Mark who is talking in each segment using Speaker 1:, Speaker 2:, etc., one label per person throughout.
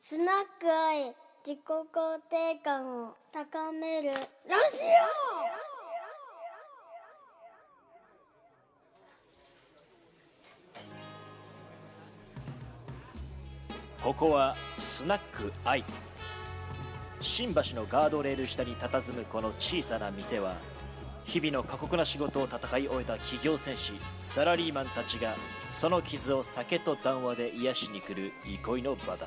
Speaker 1: スナック愛、自己肯定感を高める。ラジ
Speaker 2: ここはスナックアイ新橋のガードレール下に佇むこの小さな店は日々の過酷な仕事を戦い終えた企業戦士サラリーマンたちがその傷を酒と談話で癒しに来る憩いの場だ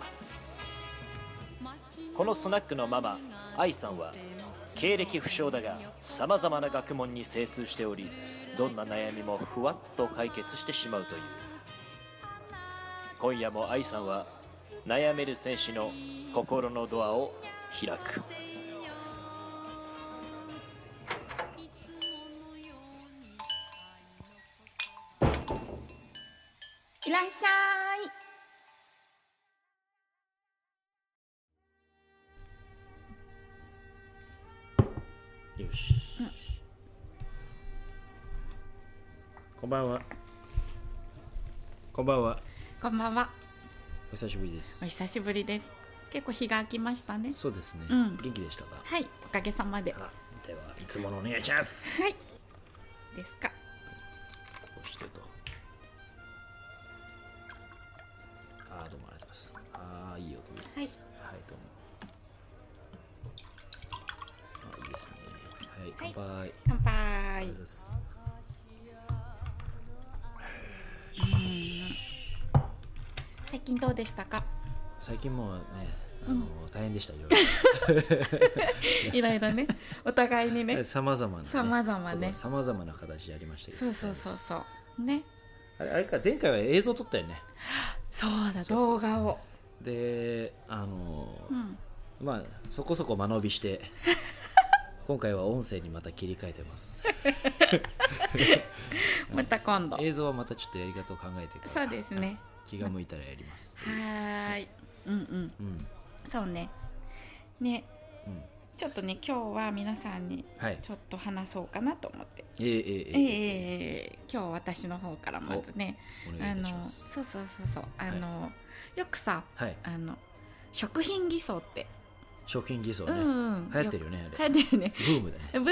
Speaker 2: このスナックのママ愛さんは経歴不詳だがさまざまな学問に精通しておりどんな悩みもふわっと解決してしまうという今夜も愛さんは悩める選手の心のドアを開く
Speaker 3: いらっしゃい。
Speaker 2: よし、こんばんはこんばんは
Speaker 3: こんばんは。
Speaker 2: お久しぶりで
Speaker 3: お
Speaker 2: す
Speaker 3: 久しぶりです。結構日が空きましたね。
Speaker 2: そうですね、
Speaker 3: うん
Speaker 2: 元気でしたか
Speaker 3: はい、おかげさまで。は
Speaker 2: あではいつものお願いします
Speaker 3: い。ですか。
Speaker 2: こうしてとあーどうもありがとうございますああいい音です
Speaker 3: はい
Speaker 2: はいどうもあーいいですねはい
Speaker 3: は
Speaker 2: 乾
Speaker 3: い
Speaker 2: 杯、ありがとう
Speaker 3: 乾
Speaker 2: ござい
Speaker 3: 杯。
Speaker 2: ます
Speaker 3: 最近どうでしたか。
Speaker 2: 最近もうね、あの大変でした、いろ
Speaker 3: いろいろね。お互い
Speaker 2: い
Speaker 3: に
Speaker 2: ろ。
Speaker 3: ね。
Speaker 2: さまざまな、ね。
Speaker 3: 様々ね
Speaker 2: さまざまな形やりましたけど。
Speaker 3: そうそうそうそう。ね。
Speaker 2: あれあれか、前回は映像撮ったよね。
Speaker 3: そうだ、
Speaker 2: そうそうそう
Speaker 3: 動画を。
Speaker 2: で、あのー
Speaker 3: うん。
Speaker 2: まあ、そこそこ間延び して、今回は音声にまた切り替えて ます。
Speaker 3: また今度。
Speaker 2: 映像はまたちょっとやり方を考えてから
Speaker 3: そうですね。
Speaker 2: 気が向いたらやります。
Speaker 3: はーい。うんうん。
Speaker 2: うん。
Speaker 3: そうね。ね。
Speaker 2: うん。
Speaker 3: ちょっとね、今日は皆さんに。
Speaker 2: はい。
Speaker 3: ちょっと話そうかなと思って。
Speaker 2: えー、えー、えー
Speaker 3: ええ
Speaker 2: え
Speaker 3: ええ今日私の方からまずね。
Speaker 2: ーお
Speaker 3: あ
Speaker 2: 願いいたし
Speaker 3: の
Speaker 2: ます。
Speaker 3: そうそうそうそうあの、よくさ
Speaker 2: はい。
Speaker 3: あの食品偽装って、
Speaker 2: 食品偽装
Speaker 3: う
Speaker 2: ね。
Speaker 3: んうん
Speaker 2: 流行ってる
Speaker 3: よ
Speaker 2: よね、あ
Speaker 3: く
Speaker 2: れ。
Speaker 3: 流行ってるよね
Speaker 2: ブームだね。
Speaker 3: ブーム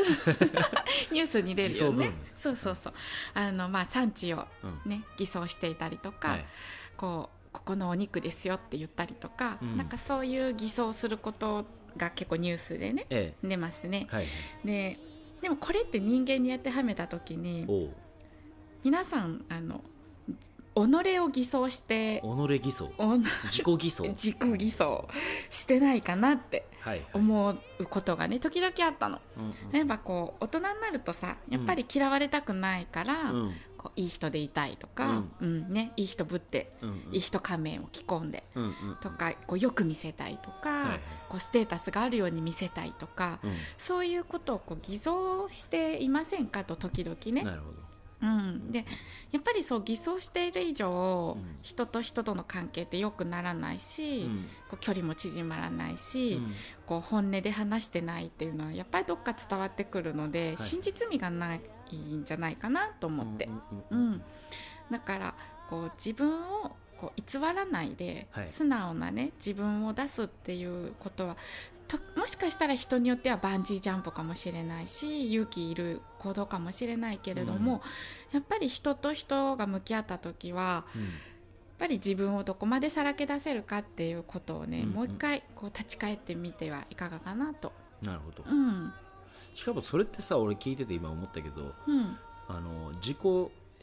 Speaker 3: ニュースに出るよ
Speaker 2: 偽装
Speaker 3: ね
Speaker 2: ブーム
Speaker 3: そうそうそうあのまあ産地を
Speaker 2: うん。
Speaker 3: ね偽装していたりとか、
Speaker 2: はい。
Speaker 3: こうここのお肉ですよって言ったりとか、
Speaker 2: うん
Speaker 3: なんかそういう偽装することが結構ニュースでね
Speaker 2: え
Speaker 3: 出ますね
Speaker 2: えはい。
Speaker 3: ででもこれって人間に当てはめた時に
Speaker 2: おう。
Speaker 3: 皆さんあの己を偽装して
Speaker 2: 己偽装
Speaker 3: おな
Speaker 2: 自己偽装
Speaker 3: 自己偽装してないかなって
Speaker 2: はいはい
Speaker 3: 思うことがね時々あったの
Speaker 2: うん
Speaker 3: やっぱこう大人になるとさやっぱり嫌われたくないから、
Speaker 2: うん
Speaker 3: こういい人でいたいとか、うんね、いい人ぶって、
Speaker 2: うん
Speaker 3: いい人仮面を着込んで
Speaker 2: うんうん
Speaker 3: とかこうよく見せたいとか、
Speaker 2: はいはい
Speaker 3: こうステータスがあるように見せたいとか、
Speaker 2: う
Speaker 3: そういうことをこう偽造していませんかと時々ね
Speaker 2: ん、なるほど
Speaker 3: うん、でやっぱりそう偽装している以上、
Speaker 2: うん
Speaker 3: 人と人との関係って良くならないし、
Speaker 2: うん
Speaker 3: こう距離も縮まらないし、
Speaker 2: うん
Speaker 3: こう本音で話してないっていうのはやっぱりどっか伝わってくるので、
Speaker 2: い
Speaker 3: 真実味がないんじゃないかなと思って、
Speaker 2: う
Speaker 3: うんん
Speaker 2: うんうん
Speaker 3: だからこう自分をこう偽らないで、
Speaker 2: はい
Speaker 3: 素直なね自分を出すっていうことはともしかしたら人によってはバンジージャンプかもしれないし勇気いる行動かもしれないけれども、やっぱり人と人が向き合った時は
Speaker 2: うん
Speaker 3: やっぱり自分をどこまでさらけ出せるかっていうことをね、
Speaker 2: うんうん
Speaker 3: もう一回こう立ち返ってみてはいかがかなと。
Speaker 2: なるほど
Speaker 3: うん
Speaker 2: しかもそれってさ俺聞いてて今思ったけど
Speaker 3: うん
Speaker 2: あの自己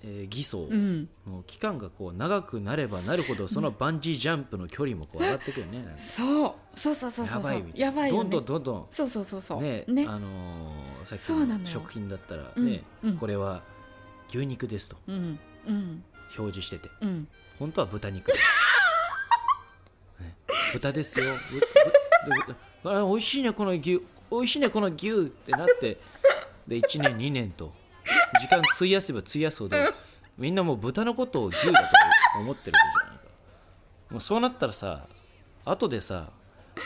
Speaker 2: えー偽装
Speaker 3: うん、
Speaker 2: の期間がこう長くなればなるほどそのバンジージャンプの距離もこう上がってくるねなんか
Speaker 3: そうそうそうそうそう
Speaker 2: やばいみたいな
Speaker 3: やばいよ、
Speaker 2: ど
Speaker 3: ね、
Speaker 2: んどんどんどん
Speaker 3: そうそうそうそう
Speaker 2: ね
Speaker 3: ね
Speaker 2: あのーさっき
Speaker 3: そうなの
Speaker 2: の
Speaker 3: よ
Speaker 2: 食品だったらね
Speaker 3: うんうん
Speaker 2: これは牛肉ですと
Speaker 3: うんうん
Speaker 2: 表示してて
Speaker 3: うん
Speaker 2: 本当は豚 肉、ね豚です よぶぶぶあ美味しいねこの牛美味しいねこの牛ってなってで1年2年と時間費やせば費やすほどみんなもう豚のことを牛だと思ってるじゃないかもうそうなったらさ後でさ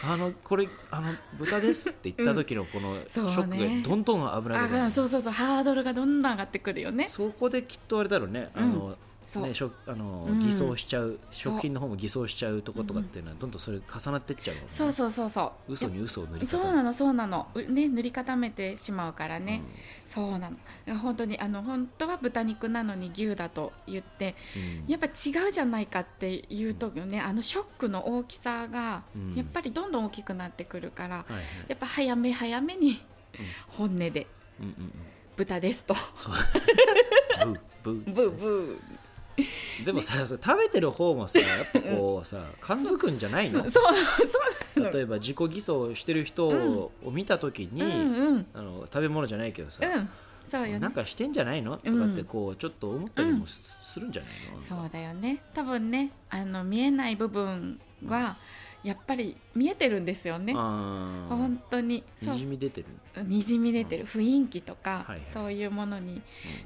Speaker 2: あのこれあの豚ですって言った時のこのシ
Speaker 3: そう
Speaker 2: ョ
Speaker 3: ね
Speaker 2: ックがどんどん危なくなる
Speaker 3: あそうそうそうハードルがどんどん上がってくるよね
Speaker 2: そこできっとあれだろうね、あの
Speaker 3: そう、
Speaker 2: ね、しょあの
Speaker 3: うん
Speaker 2: 偽装しちゃう、
Speaker 3: そう
Speaker 2: 食品の方も偽装しちゃうとことかっていうのはどんどんそれ重なってっちゃうもんね
Speaker 3: そうそうそうそう
Speaker 2: 嘘に嘘を塗り
Speaker 3: そ
Speaker 2: 固
Speaker 3: う
Speaker 2: め
Speaker 3: なのそうなのうね塗り固めてしまうからね、そうなのいや本当にあの本当は豚肉なのに牛だと言って
Speaker 2: うん
Speaker 3: やっぱ違うじゃないかっていうとねあのショックの大きさが
Speaker 2: うん
Speaker 3: やっぱりどんどん大きくなってくるから、
Speaker 2: はいはい
Speaker 3: やっぱ早め早めに本音で
Speaker 2: うんうん
Speaker 3: 豚ですと
Speaker 2: うんブーブ
Speaker 3: ブーブ
Speaker 2: ーでもさそれ食べてる方もさやっぱこうさ感づくんじゃない
Speaker 3: ーそ
Speaker 2: の
Speaker 3: うそうなの
Speaker 2: 例えば自己偽装してる人を見た時に、
Speaker 3: うんうんうん
Speaker 2: あの食べ物じゃないけどさ、
Speaker 3: そうよ
Speaker 2: な
Speaker 3: ね
Speaker 2: んかしてんじゃないのとかってこうちょっと思ったりもすするんじゃないの、
Speaker 3: そうだよね多分ねあの見えない部分はやっぱり見えてるんですよね
Speaker 2: あー
Speaker 3: 本当にそう
Speaker 2: にじみ出てる
Speaker 3: にじみ出てる雰囲気とか、
Speaker 2: はいはい
Speaker 3: そういうものに、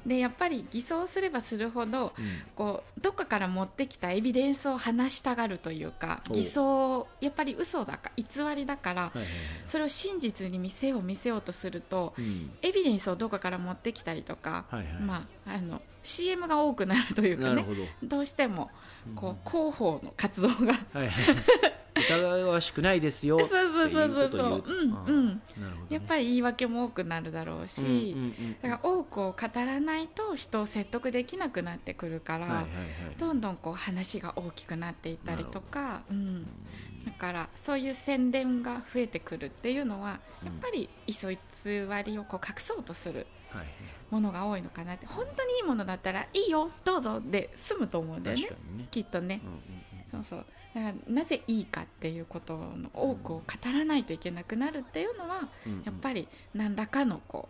Speaker 3: でやっぱり偽装すればするほど
Speaker 2: うん
Speaker 3: こうどっかから持ってきたエビデンスを話したがるというか
Speaker 2: お
Speaker 3: 偽装やっぱり嘘だか偽りだから、
Speaker 2: はいはいはい
Speaker 3: それを真実に見せよう見せようとすると
Speaker 2: うん
Speaker 3: エビデンスをどっかから持ってきたりとか、
Speaker 2: はいはい
Speaker 3: まあ、あの CM が多くなるというか
Speaker 2: なる
Speaker 3: ね
Speaker 2: ほど、
Speaker 3: どうしても
Speaker 2: う
Speaker 3: こ
Speaker 2: ん
Speaker 3: う広報の活動が
Speaker 2: はいはい疑わしくないですよ
Speaker 3: そうそうそうそうそう
Speaker 2: って
Speaker 3: う
Speaker 2: い
Speaker 3: ん
Speaker 2: ことを言うあ
Speaker 3: うん
Speaker 2: ーなるほどね、
Speaker 3: やっぱり言い訳も多くなるだろうし、
Speaker 2: うんうんうん
Speaker 3: だから多くを語らないと人を説得できなくなってくるから、
Speaker 2: はいはいはい
Speaker 3: どんどんこう話が大きくなっていったりとか、うん、だからそういう宣伝が増えてくるっていうのは
Speaker 2: うん
Speaker 3: やっぱり磯偽りをこう隠そうとする
Speaker 2: はい
Speaker 3: ものが多いのかなって本当にいいものだったら「いいよどうぞ」で済むと思うんだよ
Speaker 2: 確
Speaker 3: ね
Speaker 2: かにね、
Speaker 3: きっとね
Speaker 2: う。んうん
Speaker 3: そうそうだからなぜいいかっていうことの多くを語らないといけなくなるっていうのは
Speaker 2: うんうん、
Speaker 3: やっぱり何らかのこ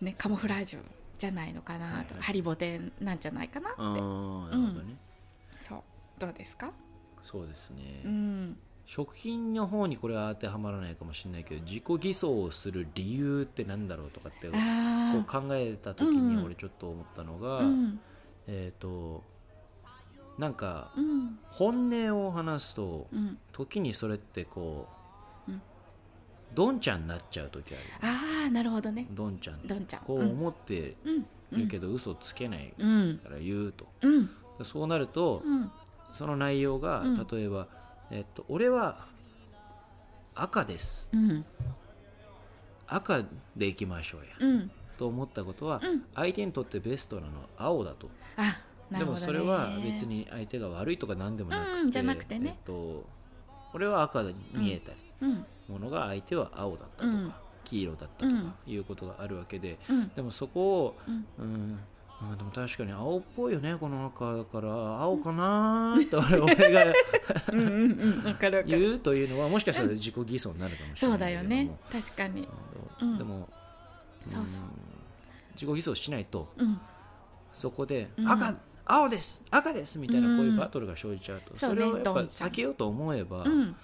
Speaker 3: う、ね、カモフラージュじゃないのかなと、
Speaker 2: はいはい
Speaker 3: ハリボテンなんじゃないかなって
Speaker 2: あーなるほどね、
Speaker 3: そうどうですか、
Speaker 2: そうですね、
Speaker 3: うん
Speaker 2: 食品の方にこれは当てはまらないかもしれないけど自己偽装をする理由ってなんだろうとかってこう
Speaker 3: あ
Speaker 2: 考えた時に
Speaker 3: うん
Speaker 2: 俺ちょっと思ったの
Speaker 3: あ
Speaker 2: が、
Speaker 3: うん
Speaker 2: えっ、となんか
Speaker 3: うん
Speaker 2: 本音を話すと
Speaker 3: うん
Speaker 2: 時にそれってこう、
Speaker 3: うん
Speaker 2: どんちゃんになっちゃう時ある
Speaker 3: ああなるほどね
Speaker 2: どんちゃんって
Speaker 3: どんちゃん
Speaker 2: こう思って
Speaker 3: うんうん
Speaker 2: るけど嘘つけない
Speaker 3: うん
Speaker 2: から言うと、
Speaker 3: うん
Speaker 2: そうなると、
Speaker 3: うん
Speaker 2: その内容が
Speaker 3: うん
Speaker 2: 例えば、えっと「俺は赤です
Speaker 3: うん
Speaker 2: 赤でいきましょうや」
Speaker 3: うん
Speaker 2: と思ったことは、
Speaker 3: うん
Speaker 2: 相手にとってベストなのは青だと、
Speaker 3: あな
Speaker 2: で
Speaker 3: るほど、
Speaker 2: も
Speaker 3: ね、
Speaker 2: それは別に相手が悪いとか何でもなくて,、
Speaker 3: うんじゃなくてね
Speaker 2: えっと、俺は赤に見えた
Speaker 3: うん
Speaker 2: ものが相手は青だったとか、
Speaker 3: うん
Speaker 2: 黄色だったとかいうことがあるわけで、
Speaker 3: うん
Speaker 2: でもそこを
Speaker 3: うん
Speaker 2: うん、まあ、でも確かに青っぽいよねこの赤だから青かなーって俺俺が
Speaker 3: うんうんうんわかるわかる
Speaker 2: 言うというのはもしかしたら自己偽装になるかもしれ
Speaker 3: そ
Speaker 2: な
Speaker 3: う
Speaker 2: いけ
Speaker 3: だ
Speaker 2: れ
Speaker 3: よ
Speaker 2: ども
Speaker 3: ね確かに
Speaker 2: あの
Speaker 3: うん
Speaker 2: でも、
Speaker 3: そうそうん
Speaker 2: 自己偽装しないと
Speaker 3: うん
Speaker 2: そこで「
Speaker 3: うん
Speaker 2: 赤青です赤です」みたいな
Speaker 3: うん
Speaker 2: こういうバトルが生じちゃうと、
Speaker 3: そ
Speaker 2: そう
Speaker 3: ね
Speaker 2: れをやっぱ
Speaker 3: どんちゃん
Speaker 2: 避けようと思えば、
Speaker 3: うん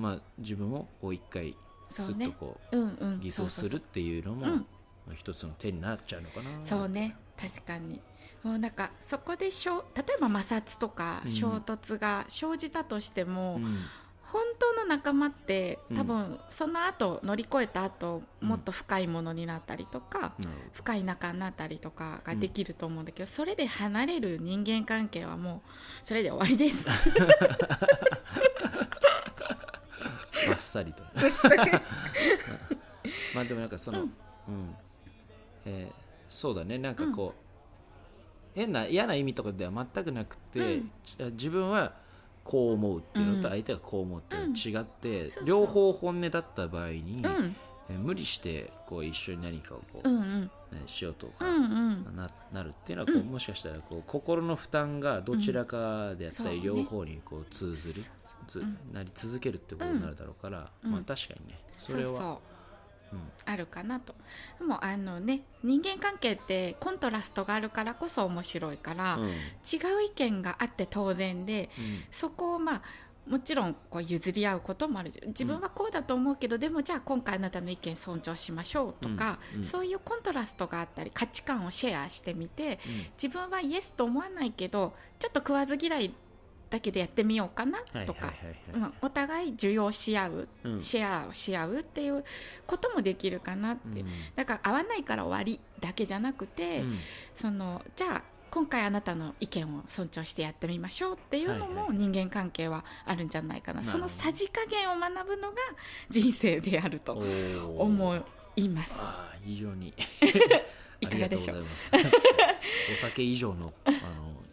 Speaker 2: まあ、自分をこう一回
Speaker 3: そ
Speaker 2: す
Speaker 3: う
Speaker 2: っ
Speaker 3: ね
Speaker 2: とこう
Speaker 3: うんうん
Speaker 2: 偽装するっていうのも
Speaker 3: そうそうそううん
Speaker 2: まあ一つの手になっちゃうのかな
Speaker 3: そうね確かにもうなんかそこでしょ例えば摩擦とか
Speaker 2: うん
Speaker 3: 衝突が生じたとしても、
Speaker 2: うん
Speaker 3: 本当の仲間って
Speaker 2: うん
Speaker 3: 多分その後乗り越えた後、
Speaker 2: うん
Speaker 3: もっと深いものになったりとか、
Speaker 2: なる
Speaker 3: 深い仲になったりとかができると思うんだけど、それで離れる人間関係はもうそれで終わり です
Speaker 2: ほどバッサリとまあでもなんかその、うんえーそうだねなんかこう、変な嫌な意味とかでは全くなくて、
Speaker 3: うん
Speaker 2: じ自分はこう思うっていうのと
Speaker 3: うん
Speaker 2: 相手がこう思うっていうのは違って、
Speaker 3: そうそう
Speaker 2: 両方本音だった場合に、
Speaker 3: うん
Speaker 2: えー無理してこう一緒に何かをこう、
Speaker 3: うんうん
Speaker 2: ねしようとか、
Speaker 3: うんうん
Speaker 2: ななるっていうのはこう、もしかしたらこう心の負担がどちらかであったり、
Speaker 3: うんそうね
Speaker 2: 両方にこう通ずるつ、なり続けるってことになるだろうから、
Speaker 3: うん
Speaker 2: まあ確かにねそれは
Speaker 3: そうそう
Speaker 2: うん
Speaker 3: あるかなとでもあのね人間関係ってコントラストがあるからこそ面白いから、
Speaker 2: うん
Speaker 3: 違う意見があって当然でそこをまあもちろんこう譲り合うこともあるじ自分はこうだと思うけど、でもじゃあ今回あなたの意見尊重しましょうとか、
Speaker 2: うんうん
Speaker 3: そういうコントラストがあったり価値観をシェアしてみて自分はイエスと思わないけどちょっと食わず嫌いだけでやってみようかな
Speaker 2: うんはいはい
Speaker 3: と
Speaker 2: は
Speaker 3: か、
Speaker 2: い
Speaker 3: うん
Speaker 2: はい
Speaker 3: お互い受容し合う
Speaker 2: うんうん
Speaker 3: シェアをし合うっていうこともできるかなっていう、だから合わないから終わりだけじゃなくて、
Speaker 2: うん
Speaker 3: そのじゃあ今回あなたの意見を尊重してやってみましょうっていうの
Speaker 2: はい
Speaker 3: も
Speaker 2: は
Speaker 3: 人間関係はあるんじゃないかな、
Speaker 2: なる
Speaker 3: そ
Speaker 2: ほ
Speaker 3: の
Speaker 2: ど
Speaker 3: さじ加減を学ぶのが人生であると
Speaker 2: お
Speaker 3: 思います
Speaker 2: ああ非常にあ
Speaker 3: いかがでしょう
Speaker 2: りがとうございますお酒以上のあの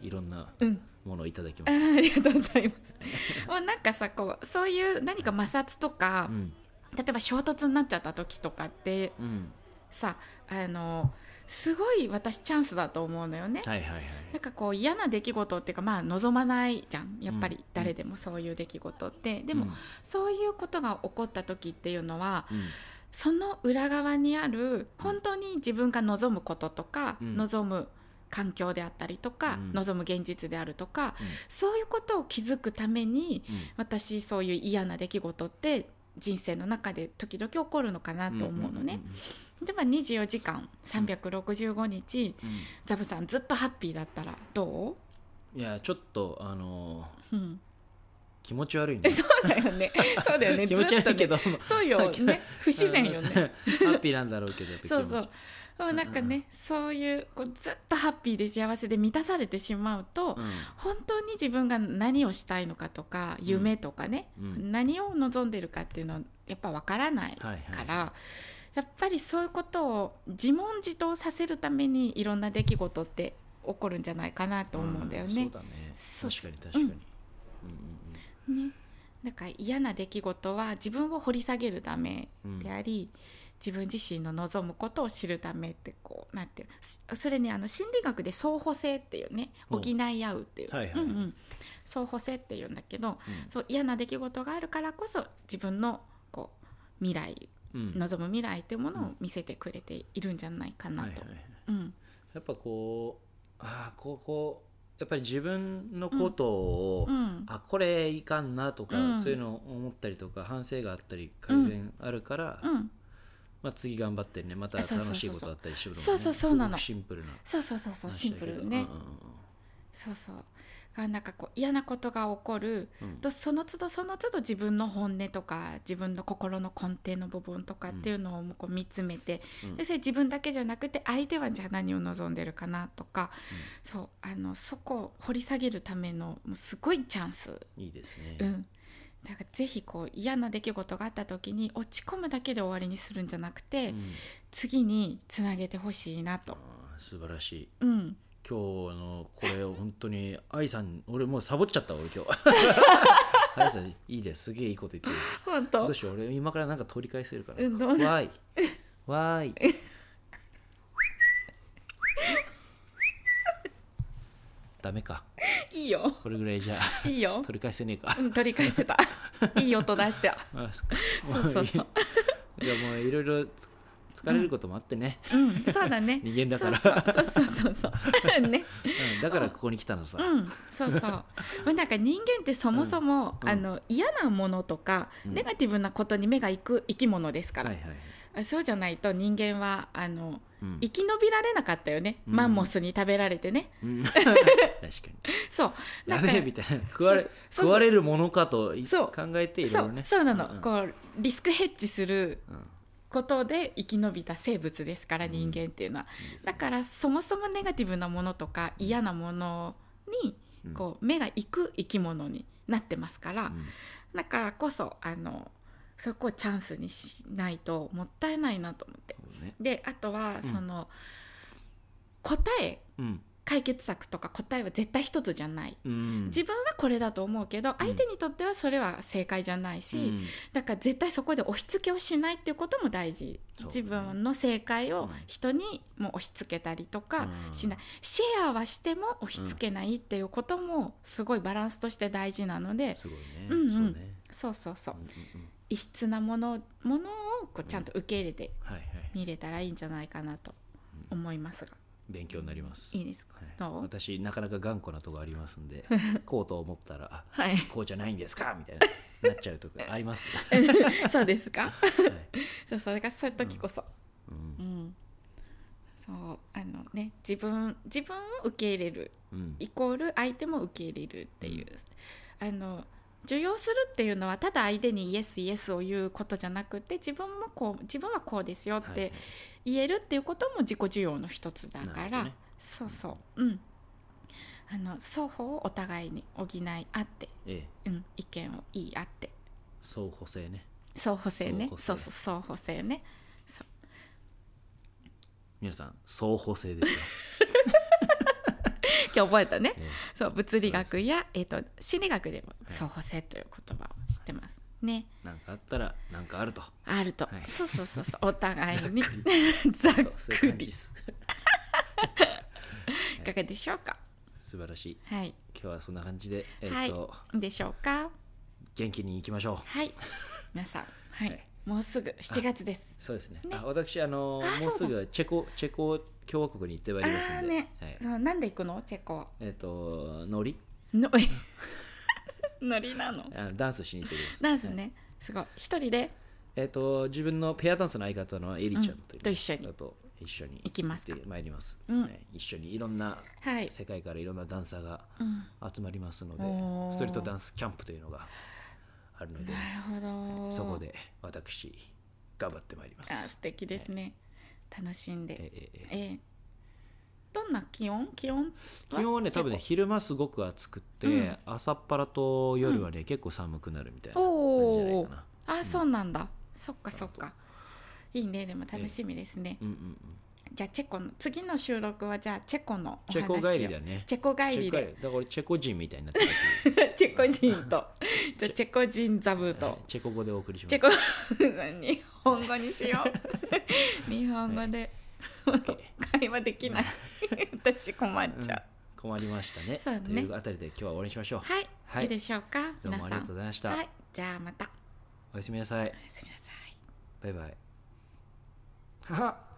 Speaker 2: いろんな
Speaker 3: うん
Speaker 2: ものをいただきま
Speaker 3: あ
Speaker 2: し
Speaker 3: ーありがとうございます。もうなんかさこうそういう何か摩擦とか
Speaker 2: た、うん
Speaker 3: 例えば衝突になっちゃった時とかって
Speaker 2: うん
Speaker 3: さあのすごい私チャンスだと思うのよね。
Speaker 2: はいはいはい
Speaker 3: なんかこう嫌な出来事っていうかまあ望まないじゃんやっぱ
Speaker 2: う
Speaker 3: り
Speaker 2: ん
Speaker 3: 誰でもそういう出来事って、でも、
Speaker 2: うん
Speaker 3: そういうことが起こった時っていうのは
Speaker 2: うん
Speaker 3: その裏側にある本当に自分が望むこととか、
Speaker 2: うん
Speaker 3: 望む環境であったりとか、
Speaker 2: うん
Speaker 3: 望む現実であるとか、
Speaker 2: うん
Speaker 3: そういうことを気づくために
Speaker 2: うん
Speaker 3: 私そういう嫌な出来事って人生の中で時々起こるのかなと思うのね。でまあ24時間365日、
Speaker 2: うんうんうん
Speaker 3: ザブさんずっとハッピーだったらど
Speaker 2: うんいやちょっとあのー
Speaker 3: う、うん、
Speaker 2: 気持ち悪いね
Speaker 3: そうだよねそうだよね
Speaker 2: 気持ち
Speaker 3: ずっと
Speaker 2: 悪い
Speaker 3: ね
Speaker 2: けど
Speaker 3: そうよね不自然よね
Speaker 2: ハッピーなんだろうけどやっぱ気持
Speaker 3: そう
Speaker 2: ち
Speaker 3: そうそうなんかね、そういうこうずっとハッピーで幸せで満たされてしまうと、本当に自分が何をしたいのかとか夢とかね、
Speaker 2: うん
Speaker 3: 何を望んでるかっていうのはやっぱわからないから、
Speaker 2: はいはい
Speaker 3: やっぱりそういうことを自問自答させるためにいろんな出来事って起こるんじゃないかなと
Speaker 2: うん
Speaker 3: 思うんだよ
Speaker 2: そ
Speaker 3: ね
Speaker 2: う。だね
Speaker 3: そう
Speaker 2: 確かに確かに、うんうん
Speaker 3: ねなんか嫌な出来事は自分を掘り下げるためであり、自分自身の望むことを知るためってこうなんていうそそれねあの心理学で相補性っていうね
Speaker 2: ほ
Speaker 3: 補
Speaker 2: う
Speaker 3: い合うっていう、
Speaker 2: はいはい
Speaker 3: うんうん、相補性っていうんだけ
Speaker 2: う
Speaker 3: ど、
Speaker 2: ん
Speaker 3: そう嫌な出来事があるからこそ自分のこう未来
Speaker 2: うんうん
Speaker 3: 望む未来っていうものを見せてくれているんじゃないかな
Speaker 2: はい
Speaker 3: と。
Speaker 2: はいはい
Speaker 3: うん
Speaker 2: やっぱこうああこうこうやっぱり自分のことを、
Speaker 3: うん
Speaker 2: あこれいかんなとか、
Speaker 3: うん
Speaker 2: そういうのを思ったりとか反省があったり
Speaker 3: う
Speaker 2: 改
Speaker 3: ん
Speaker 2: 善あるから、
Speaker 3: うん、
Speaker 2: まあ、次頑張ってねまた楽
Speaker 3: そうそうそう
Speaker 2: しいことあったりしよう
Speaker 3: そうそうそうなの
Speaker 2: シンプルな
Speaker 3: そうそうそうそうシンプルね、
Speaker 2: 話だけど
Speaker 3: そうそうがなんかこう嫌なことが起こる
Speaker 2: うんうんうん
Speaker 3: とその都度その都度自分の本音とか自分の心の根底の部分とかっていうのをもうこう見つめて、
Speaker 2: うん
Speaker 3: でそれ自分だけじゃなくて相手はじゃあ何を望んでるかなとか、そうあのそこを掘り下げるためのもうすごいチャン
Speaker 2: う
Speaker 3: ス、
Speaker 2: んいいですね、
Speaker 3: うん、だからぜひこう嫌な出来事があった時に落ち込むだけで終わりにするんじゃなくて、
Speaker 2: うん
Speaker 3: 次につなげてほしいなと。
Speaker 2: あー素晴らしい
Speaker 3: うん、
Speaker 2: 今日あのこれを本当に愛さん俺もうサボっちゃった俺今日 愛さんいいですすげえいいこと言ってる
Speaker 3: 本
Speaker 2: ど
Speaker 3: 当
Speaker 2: うしよう俺今からなんか取り返せるから、
Speaker 3: うんどう
Speaker 2: わーいわー いダメか
Speaker 3: い いよ
Speaker 2: これぐらいじゃ
Speaker 3: いいよ、
Speaker 2: 取り返せねえか
Speaker 3: うん、取り返 せたいい音出して
Speaker 2: あそっか
Speaker 3: そうそうそう
Speaker 2: もういいいやもういろいろつ疲れることもあってね、
Speaker 3: うん、そうだね。
Speaker 2: 人間だから
Speaker 3: そうそうそうそうそ う。ね、
Speaker 2: うんだからここに来たのさ、
Speaker 3: うん、そうそう。まあなんか人間ってそもそも、
Speaker 2: うん
Speaker 3: あの嫌なものとか、
Speaker 2: うん
Speaker 3: ネガティブなことに目が行く生き物ですか
Speaker 2: はい
Speaker 3: ら。
Speaker 2: はいはい、
Speaker 3: そうじゃないと人間はあの
Speaker 2: うん
Speaker 3: 生き延びられなかったよね。
Speaker 2: うん
Speaker 3: マンモスに食べられてね。
Speaker 2: うん確かに
Speaker 3: そう。
Speaker 2: や
Speaker 3: なん
Speaker 2: べ
Speaker 3: か
Speaker 2: えみたいな食われ
Speaker 3: そうそう
Speaker 2: 食われるものかとい
Speaker 3: そう
Speaker 2: 考えてい
Speaker 3: そ
Speaker 2: ろいろ
Speaker 3: う
Speaker 2: ね
Speaker 3: そうなの、
Speaker 2: んん
Speaker 3: こうリスクヘッジする
Speaker 2: うん
Speaker 3: ことで生き延びた生物ですから
Speaker 2: うん
Speaker 3: 人間っていうのは、
Speaker 2: いいですね
Speaker 3: だからそもそもネガティブなものとか嫌なものに
Speaker 2: うん
Speaker 3: こう目が行く生き物になってますから、
Speaker 2: うん
Speaker 3: だからこそあのそこをチャンスにしないともったいないなと思って。
Speaker 2: そうね
Speaker 3: であとは
Speaker 2: うん
Speaker 3: その、答え
Speaker 2: うん
Speaker 3: 解決策とか答えは絶対一つじゃない。
Speaker 2: うん
Speaker 3: 自分はこれだと思うけど相手にとってはそれは正解じゃないし、
Speaker 2: うん
Speaker 3: だから絶対そこで押し付けをしないっていうことも大事、
Speaker 2: そうね
Speaker 3: 自分の正解
Speaker 2: う
Speaker 3: を
Speaker 2: ん
Speaker 3: 人にもう押し付けたりとか
Speaker 2: うん
Speaker 3: しない、シェアはしても押し付けないっていうこともすごいバランスとして大事なので、
Speaker 2: すごいね、
Speaker 3: うんうん
Speaker 2: そうね
Speaker 3: そうそうそう
Speaker 2: うんうんうん
Speaker 3: 異質なものものをこうちゃんと受け入れて
Speaker 2: はいはい
Speaker 3: 見れたらいいんじゃないかなと思いますが、
Speaker 2: 勉強になります
Speaker 3: いいですか、
Speaker 2: はい
Speaker 3: どう
Speaker 2: 私なかなか頑固なとこありますんで こうと思ったらあ
Speaker 3: はい
Speaker 2: こうじゃないんですかみたいななっちゃうとかあります、
Speaker 3: そうですか
Speaker 2: はい
Speaker 3: そうそうだからそういう時こそ、
Speaker 2: うん
Speaker 3: うん、そうあのね自分自分を受け入れる
Speaker 2: うん
Speaker 3: イコール相手も受け入れるっていう、あの受容するっていうのはただ相手にイエスイエスを言うことじゃなくて自分もこう自分はこうですよっ
Speaker 2: はいはい
Speaker 3: て言えるっていうことも自己需要の一つだか
Speaker 2: な
Speaker 3: ら、
Speaker 2: るほどね
Speaker 3: そうそううんあの双方をお互いに補い合って、
Speaker 2: ええ
Speaker 3: うん、意見を言い合って
Speaker 2: そう補正ね
Speaker 3: 双方性ね
Speaker 2: 双方性
Speaker 3: そうそう双方性ね
Speaker 2: 皆さんそう補正 ですよ、
Speaker 3: 今日覚えたね
Speaker 2: ええ
Speaker 3: そう物理学や、えっと心理学でも
Speaker 2: い
Speaker 3: 双方性という言葉を知ってますね
Speaker 2: なんかあったらなんかあると
Speaker 3: あると、
Speaker 2: はい
Speaker 3: そうそうそ うそうお互いにざっ
Speaker 2: そうそういう
Speaker 3: く
Speaker 2: 感じ
Speaker 3: り
Speaker 2: です
Speaker 3: いかがでしょうか
Speaker 2: 素晴らしい
Speaker 3: はい
Speaker 2: 今日はそんな感じで、えっと
Speaker 3: はいでしょうか
Speaker 2: 元気にいきましょう
Speaker 3: はい皆さんはい、
Speaker 2: はい
Speaker 3: もうすぐ7月です
Speaker 2: そうですね
Speaker 3: ね
Speaker 2: あ私あの
Speaker 3: あ
Speaker 2: もうす
Speaker 3: そう
Speaker 2: ぐチェコチェコ共和国に行ってまいります
Speaker 3: ああ
Speaker 2: ん
Speaker 3: ー
Speaker 2: で、
Speaker 3: ね、
Speaker 2: はい
Speaker 3: そうなんで行くのチェコは
Speaker 2: えっ、とノリ
Speaker 3: の ノリなの
Speaker 2: あダンスしに行ってきます
Speaker 3: ダンス
Speaker 2: はい
Speaker 3: ねすごい一人で
Speaker 2: えっ、と自分のペアダンスの相方のエリちゃんと,、
Speaker 3: うんと一緒に
Speaker 2: と一緒に
Speaker 3: 行きますか
Speaker 2: 行ってまいります、
Speaker 3: うん
Speaker 2: はい一緒にいろんな
Speaker 3: はい、
Speaker 2: 世界からいろんなダンサーが
Speaker 3: うん、
Speaker 2: 集まりますので、
Speaker 3: おー
Speaker 2: ストリートダンスキャンプというのがあるので
Speaker 3: なるほど、
Speaker 2: そこで私頑張ってまいりま
Speaker 3: あ
Speaker 2: す
Speaker 3: 素。敵ですね、楽しん
Speaker 2: え
Speaker 3: で
Speaker 2: えええ
Speaker 3: ええどんな気温気温
Speaker 2: 気温はね多分ね昼間すごく暑くて、
Speaker 3: うん
Speaker 2: 朝っぱらと夜はね、結構寒くなるみたいな感じじゃない
Speaker 3: お
Speaker 2: か
Speaker 3: お
Speaker 2: な。
Speaker 3: あそうなんだ、そっかそっかいいねでも楽しみですね、
Speaker 2: うんうんうん、
Speaker 3: じゃあチェコの次の収録はじゃあチェコのお話を
Speaker 2: チェコ帰りだね。
Speaker 3: チェコ帰
Speaker 2: チェ
Speaker 3: り
Speaker 2: コ帰
Speaker 3: で
Speaker 2: りだから俺チェコ人みたいになってるっていう
Speaker 3: チェコ 人とじゃあチェコ人ザブ
Speaker 2: はい
Speaker 3: と
Speaker 2: チェコ語でお送りします。
Speaker 3: チェコ 日本語にしよ う日本語で
Speaker 2: OK
Speaker 3: 会話できない私困っちゃう、
Speaker 2: うん困りましたね。
Speaker 3: そうね
Speaker 2: というあたりで今日は終わりにしましょう。
Speaker 3: はい、
Speaker 2: はい
Speaker 3: い、いでしょうか
Speaker 2: どう
Speaker 3: 皆
Speaker 2: もあ
Speaker 3: さ
Speaker 2: り
Speaker 3: ん
Speaker 2: がとうございました。
Speaker 3: はいじゃあまた
Speaker 2: おやすみなさい。
Speaker 3: おやすみなさい
Speaker 2: バイバイ。はは。